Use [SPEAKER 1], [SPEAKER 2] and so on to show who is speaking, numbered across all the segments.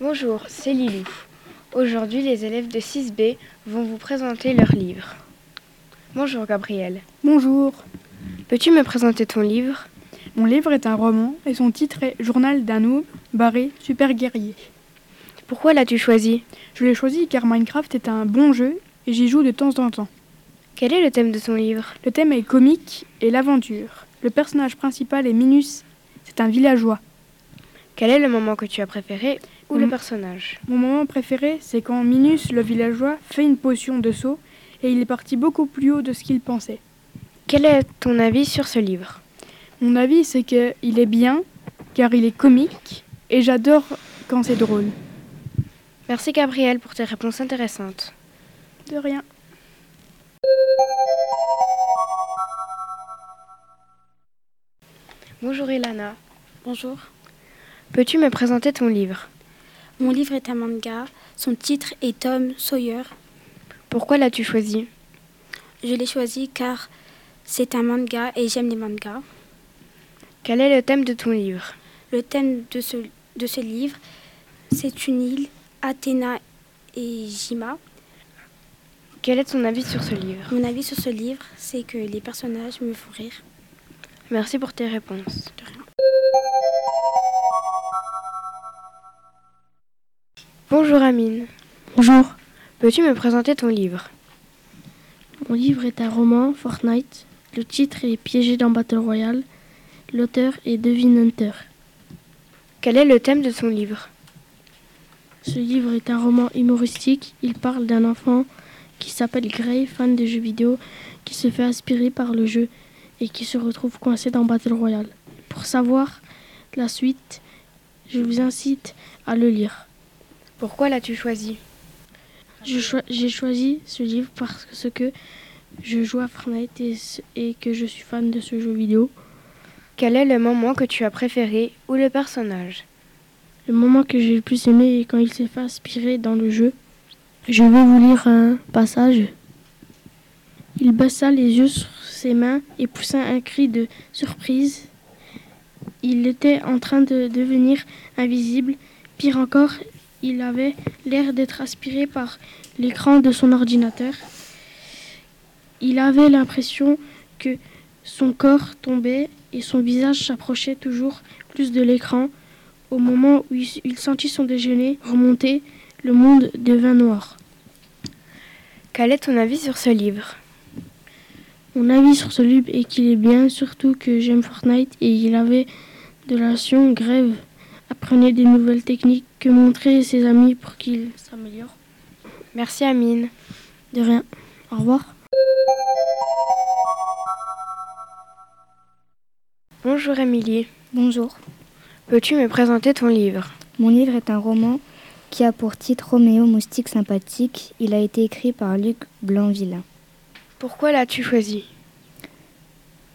[SPEAKER 1] Bonjour, c'est Lilou. Aujourd'hui, les élèves de 6B vont vous présenter leur livre. Bonjour Gabriel.
[SPEAKER 2] Bonjour.
[SPEAKER 1] Peux-tu me présenter ton livre
[SPEAKER 2] Mon livre est un roman et son titre est Journal d'un homme barré super guerrier.
[SPEAKER 1] Pourquoi l'as-tu choisi
[SPEAKER 2] Je l'ai choisi car Minecraft est un bon jeu et j'y joue de temps en temps.
[SPEAKER 1] Quel est le thème de ton livre
[SPEAKER 2] Le thème est comique et l'aventure. Le personnage principal est Minus. C'est un villageois.
[SPEAKER 1] Quel est le moment que tu as préféré ou le
[SPEAKER 2] Mm.
[SPEAKER 1] personnage
[SPEAKER 2] Mon moment préféré, c'est quand Minus, le villageois, fait une potion de saut et il est parti beaucoup plus haut de ce qu'il pensait.
[SPEAKER 1] Quel est ton avis sur ce livre
[SPEAKER 2] Mon avis, c'est qu'il est bien car il est comique et j'adore quand c'est drôle.
[SPEAKER 1] Merci Gabriel pour tes réponses intéressantes.
[SPEAKER 2] De rien.
[SPEAKER 1] Bonjour Ilana.
[SPEAKER 3] Bonjour.
[SPEAKER 1] Peux-tu me présenter ton livre
[SPEAKER 3] Mon livre est un manga. Son titre est Tom Sawyer.
[SPEAKER 1] Pourquoi l'as-tu choisi
[SPEAKER 3] Je l'ai choisi car c'est un manga et j'aime les mangas.
[SPEAKER 1] Quel est le thème de ton livre
[SPEAKER 3] Le thème de ce, de ce livre, c'est une île, Athéna et Jima.
[SPEAKER 1] Quel est ton avis sur ce livre
[SPEAKER 3] Mon avis sur ce livre, c'est que les personnages me font rire.
[SPEAKER 1] Merci pour tes réponses.
[SPEAKER 3] De rien.
[SPEAKER 1] Bonjour Amine.
[SPEAKER 4] Bonjour.
[SPEAKER 1] Peux-tu me présenter ton livre
[SPEAKER 4] Mon livre est un roman, Fortnite. Le titre est Piégé dans Battle Royale. L'auteur est Devin Hunter.
[SPEAKER 1] Quel est le thème de ton livre
[SPEAKER 4] Ce livre est un roman humoristique. Il parle d'un enfant qui s'appelle Gray, fan de jeux vidéo, qui se fait aspirer par le jeu et qui se retrouve coincé dans Battle Royale. Pour savoir la suite, je vous incite à le lire.
[SPEAKER 1] Pourquoi l'as-tu choisi
[SPEAKER 4] Je choi- J'ai choisi ce livre parce que je joue à Fortnite et, ce- et que je suis fan de ce jeu vidéo.
[SPEAKER 1] Quel est le moment que tu as préféré ou le personnage
[SPEAKER 4] Le moment que j'ai le plus aimé est quand il s'est fait aspirer dans le jeu. Je vais vous lire un passage. Il baissa les yeux sur ses mains et poussa un cri de surprise. Il était en train de devenir invisible. Pire encore, il avait l'air d'être aspiré par l'écran de son ordinateur. Il avait l'impression que son corps tombait et son visage s'approchait toujours plus de l'écran. Au moment où il il sentit son déjeuner remonter, le monde devint noir.
[SPEAKER 1] Quel est ton avis sur ce livre
[SPEAKER 4] Mon avis sur ce livre est qu'il est bien, surtout que j'aime Fortnite et il avait de l'action grève. Apprenez des nouvelles techniques que montraient ses amis pour qu'ils s'améliorent.
[SPEAKER 1] Merci Amine.
[SPEAKER 4] De rien. Au revoir.
[SPEAKER 1] Bonjour Émilie.
[SPEAKER 5] Bonjour.
[SPEAKER 1] Peux-tu me présenter ton livre
[SPEAKER 5] Mon livre est un roman qui a pour titre Roméo moustique sympathique. Il a été écrit par Luc Blanvilla.
[SPEAKER 1] Pourquoi l'as-tu choisi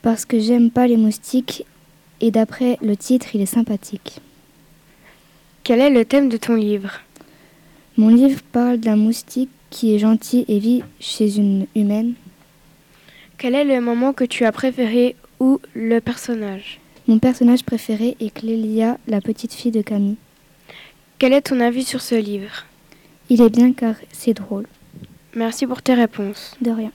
[SPEAKER 5] Parce que j'aime pas les moustiques et d'après le titre, il est sympathique.
[SPEAKER 1] Quel est le thème de ton livre
[SPEAKER 5] Mon livre parle d'un moustique qui est gentil et vit chez une humaine.
[SPEAKER 1] Quel est le moment que tu as préféré ou le personnage
[SPEAKER 5] Mon personnage préféré est Clélia, la petite fille de Camille.
[SPEAKER 1] Quel est ton avis sur ce livre
[SPEAKER 5] Il est bien car c'est drôle,
[SPEAKER 1] Merci pour tes réponses.
[SPEAKER 5] de rien.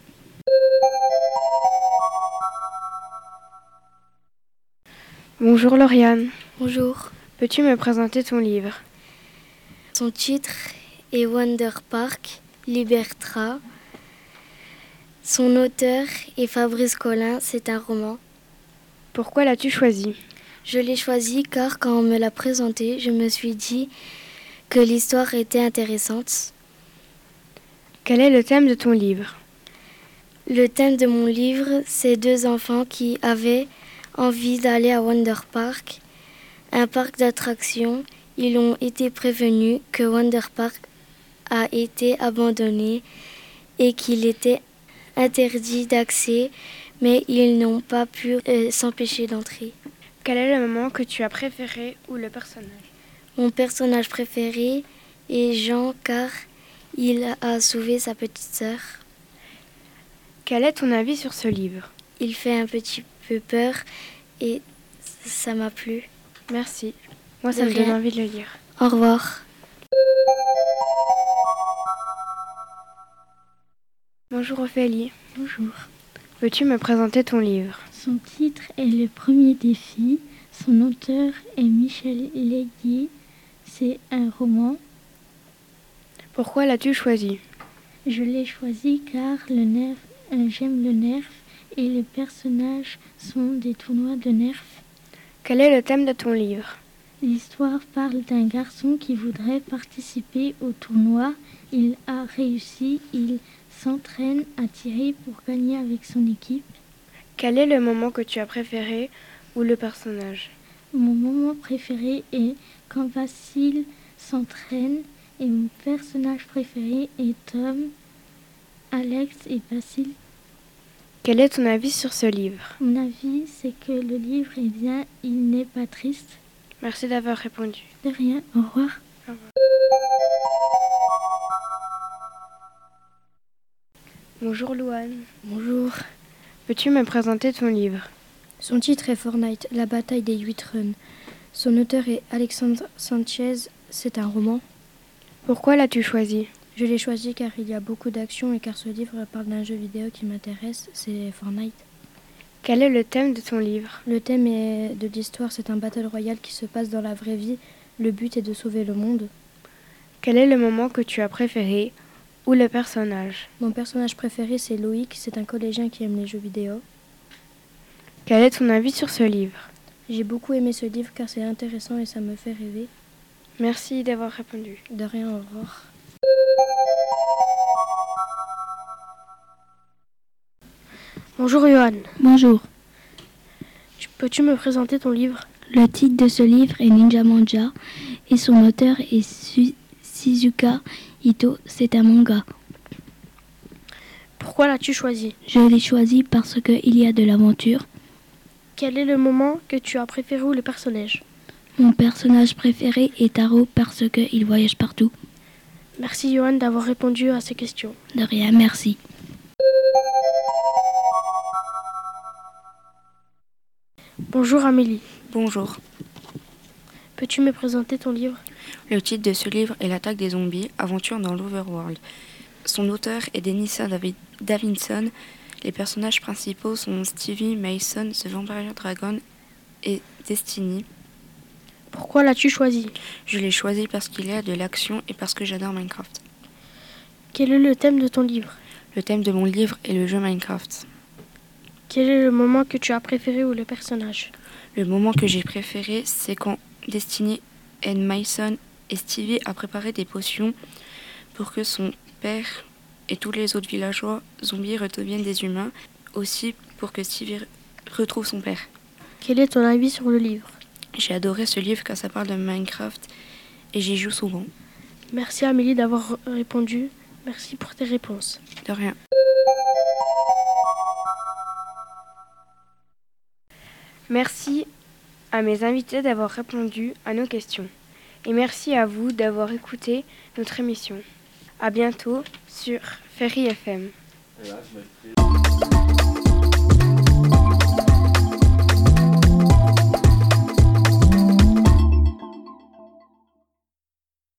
[SPEAKER 1] Bonjour Lauriane.
[SPEAKER 6] Bonjour.
[SPEAKER 1] Peux-tu me présenter ton livre
[SPEAKER 6] Son titre est Wonder Park Libertra. Son auteur est Fabrice Collin, c'est un roman.
[SPEAKER 1] Pourquoi l'as-tu choisi
[SPEAKER 6] Je l'ai choisi car quand on me l'a présenté, je me suis dit que l'histoire était intéressante.
[SPEAKER 1] Quel est le thème de ton livre
[SPEAKER 6] Le thème de mon livre, c'est deux enfants qui avaient envie d'aller à Wonder Park, un parc d'attractions. Ils ont été prévenus que Wonder Park a été abandonné et qu'il était interdit d'accès, mais ils n'ont pas pu euh, s'empêcher d'entrer.
[SPEAKER 1] Quel est le moment que tu as préféré ou le personnage
[SPEAKER 6] Mon personnage préféré est Jean car il a sauvé sa petite sœur.
[SPEAKER 1] Quel est ton avis sur ce livre
[SPEAKER 6] Il fait un petit peu peur et ça m'a plu.
[SPEAKER 1] Merci. Moi,
[SPEAKER 6] De
[SPEAKER 1] ça me
[SPEAKER 6] rien.
[SPEAKER 1] donne envie de le lire.
[SPEAKER 6] Au revoir.
[SPEAKER 1] Bonjour Ophélie.
[SPEAKER 4] Bonjour.
[SPEAKER 1] Veux-tu me présenter ton livre
[SPEAKER 4] Son titre est Le premier défi. Son auteur est Michel Léguier. C'est un roman.
[SPEAKER 1] Pourquoi l'as-tu choisi
[SPEAKER 4] Je l'ai choisi car le nerf, euh, j'aime le nerf et les personnages sont des tournois de nerfs.
[SPEAKER 1] Quel est le thème de ton livre
[SPEAKER 4] L'histoire parle d'un garçon qui voudrait participer au tournoi. Il a réussi, il s'entraîne à tirer pour gagner avec son équipe.
[SPEAKER 1] Quel est le moment que tu as préféré ou le personnage
[SPEAKER 4] Mon moment préféré est quand Vassil s'entraîne et mon personnage préféré est Tom, Alex et Vassil.
[SPEAKER 1] Quel est ton avis sur ce livre
[SPEAKER 4] Mon avis, c'est que le livre est bien, il n'est pas triste.
[SPEAKER 1] Merci d'avoir répondu.
[SPEAKER 4] De rien, au revoir.
[SPEAKER 1] Bonjour Louane.
[SPEAKER 7] Bonjour.
[SPEAKER 1] Peux-tu me présenter ton livre
[SPEAKER 7] Son titre est Fortnite, la bataille des 8 runs. Son auteur est Alexandre Sanchez, c'est un roman.
[SPEAKER 1] Pourquoi l'as-tu choisi
[SPEAKER 7] Je l'ai choisi car il y a beaucoup d'action et car ce livre parle d'un jeu vidéo qui m'intéresse, c'est Fortnite.
[SPEAKER 1] Quel est le thème de ton livre
[SPEAKER 7] Le thème est de l'histoire, c'est un battle royal qui se passe dans la vraie vie. Le but est de sauver le monde.
[SPEAKER 1] Quel est le moment que tu as préféré ou le personnage
[SPEAKER 7] Mon personnage préféré c'est Loïc, c'est un collégien qui aime les jeux vidéo.
[SPEAKER 1] Quel est ton avis sur ce livre
[SPEAKER 7] J'ai beaucoup aimé ce livre car c'est intéressant et ça me fait rêver.
[SPEAKER 1] Merci d'avoir répondu.
[SPEAKER 7] De rien, au revoir.
[SPEAKER 8] Bonjour Johan,
[SPEAKER 4] Bonjour.
[SPEAKER 8] Tu- peux-tu me présenter ton livre
[SPEAKER 4] Le titre de ce livre est Ninja Manja et son auteur est Su- Suzuka Ito. C'est un manga.
[SPEAKER 8] Pourquoi l'as-tu choisi
[SPEAKER 4] Je l'ai choisi parce qu'il y a de l'aventure.
[SPEAKER 8] Quel est le moment que tu as préféré ou le personnage
[SPEAKER 4] Mon personnage préféré est Taro parce qu'il voyage partout.
[SPEAKER 8] Merci Johan d'avoir répondu à ces questions.
[SPEAKER 4] De rien, merci.
[SPEAKER 8] Bonjour Amélie,
[SPEAKER 9] Bonjour.
[SPEAKER 8] peux-tu me présenter ton livre
[SPEAKER 9] Le titre de ce livre est L'attaque des zombies, aventure dans l'overworld. Son auteur est Denisa Davi- Davinson. Les personnages principaux sont Stevie, Mason, The Vampire Dragon et Destiny.
[SPEAKER 8] Pourquoi l'as-tu choisi
[SPEAKER 9] Je l'ai choisi parce qu'il y a de l'action et parce que j'adore Minecraft.
[SPEAKER 8] Quel est le thème de ton livre
[SPEAKER 9] Le thème de mon livre est le jeu Minecraft.
[SPEAKER 8] Quel est le moment que tu as préféré ou le personnage
[SPEAKER 9] Le moment que j'ai préféré, c'est quand Destiny and Mason et Stevie a préparé des potions pour que son père et tous les autres villageois zombies redeviennent des humains, aussi pour que Stevie retrouve son père.
[SPEAKER 8] Quel est ton avis sur le livre
[SPEAKER 9] J'ai adoré ce livre car ça parle de Minecraft et j'y joue souvent.
[SPEAKER 8] Merci Amélie d'avoir répondu. Merci pour tes réponses.
[SPEAKER 9] De rien.
[SPEAKER 1] Merci à mes invités d'avoir répondu à nos questions. Et merci à vous d'avoir écouté notre émission. À bientôt sur Ferry FM.